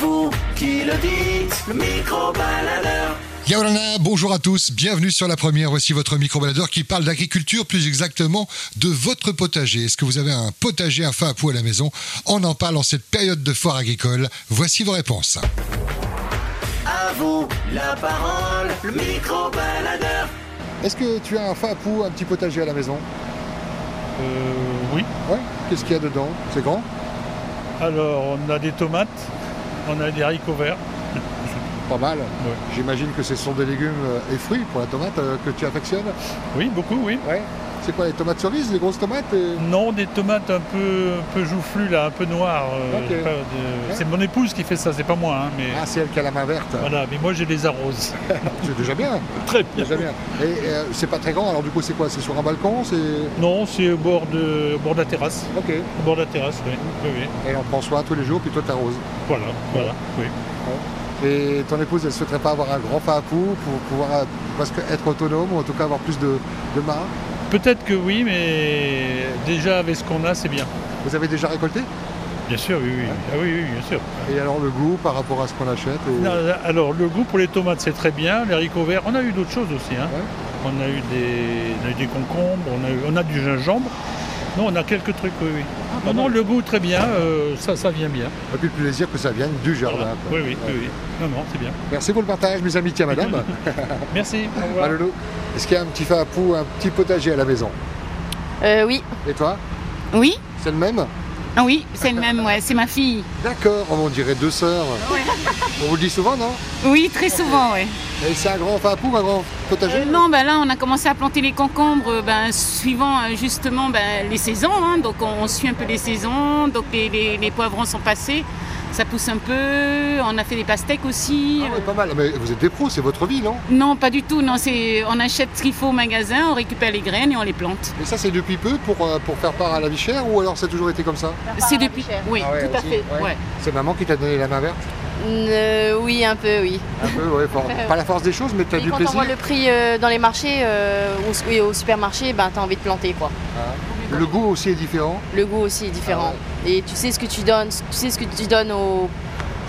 vous qui le dites, le micro-baladeur. Yaolana, bonjour à tous, bienvenue sur la première. Voici votre micro-baladeur qui parle d'agriculture, plus exactement de votre potager. Est-ce que vous avez un potager à fin à poux à la maison On en parle en cette période de foire agricole. Voici vos réponses. À vous la parole, le micro-baladeur. Est-ce que tu as un fin à poux, un petit potager à la maison Euh, oui. Ouais. Qu'est-ce qu'il y a dedans C'est grand Alors, on a des tomates, on a des haricots verts. Pas mal. J'imagine que ce sont des légumes euh, et fruits pour la tomate euh, que tu affectionnes. Oui, beaucoup, oui. Ouais. C'est quoi les tomates cerises, les grosses tomates Non, des tomates un peu, un peu joufflues, là, un peu noires. euh, Ok. j'ai pas de- Ouais. C'est mon épouse qui fait ça, c'est pas moi. hein, mais... Ah, c'est elle qui a la main verte. Voilà, mais moi je les arrose. C'est déjà bien. Très bien. Déjà bien. Et euh, c'est pas très grand, alors du coup c'est quoi C'est sur un balcon C'est. Non, c'est au bord de, au bord de la terrasse. Ok. Au bord de la terrasse, oui. oui, oui. Et on prend soin tous les jours, puis toi t'arroses. Voilà, voilà. Oui. Et ton épouse, elle souhaiterait pas avoir un grand pas à pou pour pouvoir euh, presque être autonome ou en tout cas avoir plus de, de main. Peut-être que oui, mais déjà avec ce qu'on a, c'est bien. Vous avez déjà récolté Bien sûr, oui, oui. Ah oui, oui, bien sûr. Et alors le goût par rapport à ce qu'on achète et- Non, alors le goût pour les tomates c'est très bien, les haricots verts, on a eu d'autres choses aussi. hein. On, a eu des, on a eu des concombres, on a, eu- on a du gingembre. Non, on a quelques trucs, oui, oui. non, non, le goût très bien, euh, ça, ça vient bien. Et puis le plaisir que ça vienne du jardin. Voilà. quoi. Oui, oui, oui, oui. Non, non, c'est bien. Merci pour le partage, mes amis. Tiens, madame. Merci, au revoir. Malolo, est-ce qu'il y a un petit fin à pou, un petit potager à la maison Euh, oui. Et toi Oui C'est le même Ah oui, c'est le même, ouais, c'est ma fille. D'accord, on dirait deux sœurs. On vous le dit souvent, non Oui, très souvent, ouais. Et c'est un grand fin à pou, un grand potager Euh, non, ben là, on a commencé à planter les concombres euh, ben, suivant euh, justement ben, les saisons. hein. donc, on, on suit un peu les saisons. Donc, les, les- les poivrons sont passés. Ça pousse un peu. On a fait des pastèques aussi. Ah euh. ouais, pas mal. Mais vous êtes des pros, c'est votre vie, non Non, pas du tout. Non, c'est on achète ce qu'il faut au magasin, on récupère les graines et on les plante. Et ça, c'est depuis peu pour, euh, pour faire part à la vie chère ou alors ça a toujours été comme ça C'est depuis. Oui, Ah ouais, tout à aussi, fait. ouais. ouais. C'est maman qui t'a donné la main verte Euh, oui, un peu, oui. Un peu, ouais, fort. Pas la force des choses, mais t'as Et du quand on plaisir. voit le prix euh, dans les marchés euh, ou s- et au supermarché, ben, t'as envie de planter, quoi. Le... goût aussi est différent. Le goût aussi est différent. Ah Et tu sais ce que tu donnes, tu sais ce que tu donnes aux,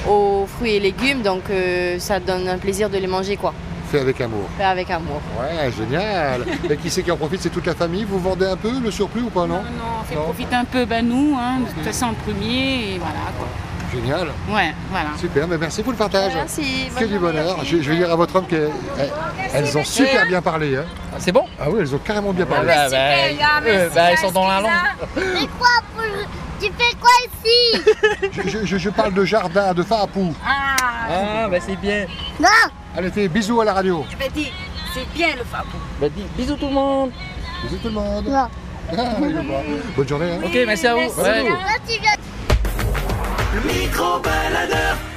aux fruits et légumes, donc euh, ça te donne un plaisir de les manger, quoi. Fait avec amour. Fait avec amour. Ouais, génial. Et qui c'est qui en profite C'est toute la famille. Vous vendez un peu le surplus ou pas, non, Non, non, on fait Non. profiter un peu ben, nous, hein, de Mhm. toute façon en premier. Et voilà, quoi. Génial. Ouais, voilà. Super, mais merci pour le partage. Merci. Que du bonheur. Je, je vais dire à votre homme qu'elles elles ont super bien parlé. hein. C'est bon Ah oui, elles ont carrément bien parlé. bah, ils sont dans la langue. Mais quoi pour... Tu fais quoi ici Je, je- je parle de jardin, de fin à pou. Ah, bah c'est bien. Allez, fais bisous à la radio. Je vais dire, c'est bien le fabou. Bah, dis- bisous tout le monde. Bisous tout le monde. Non. Ah, il est bon. Bonne journée. hein. ok, merci à vous. Ouais. Toi, tu viens Le micro-baladeur.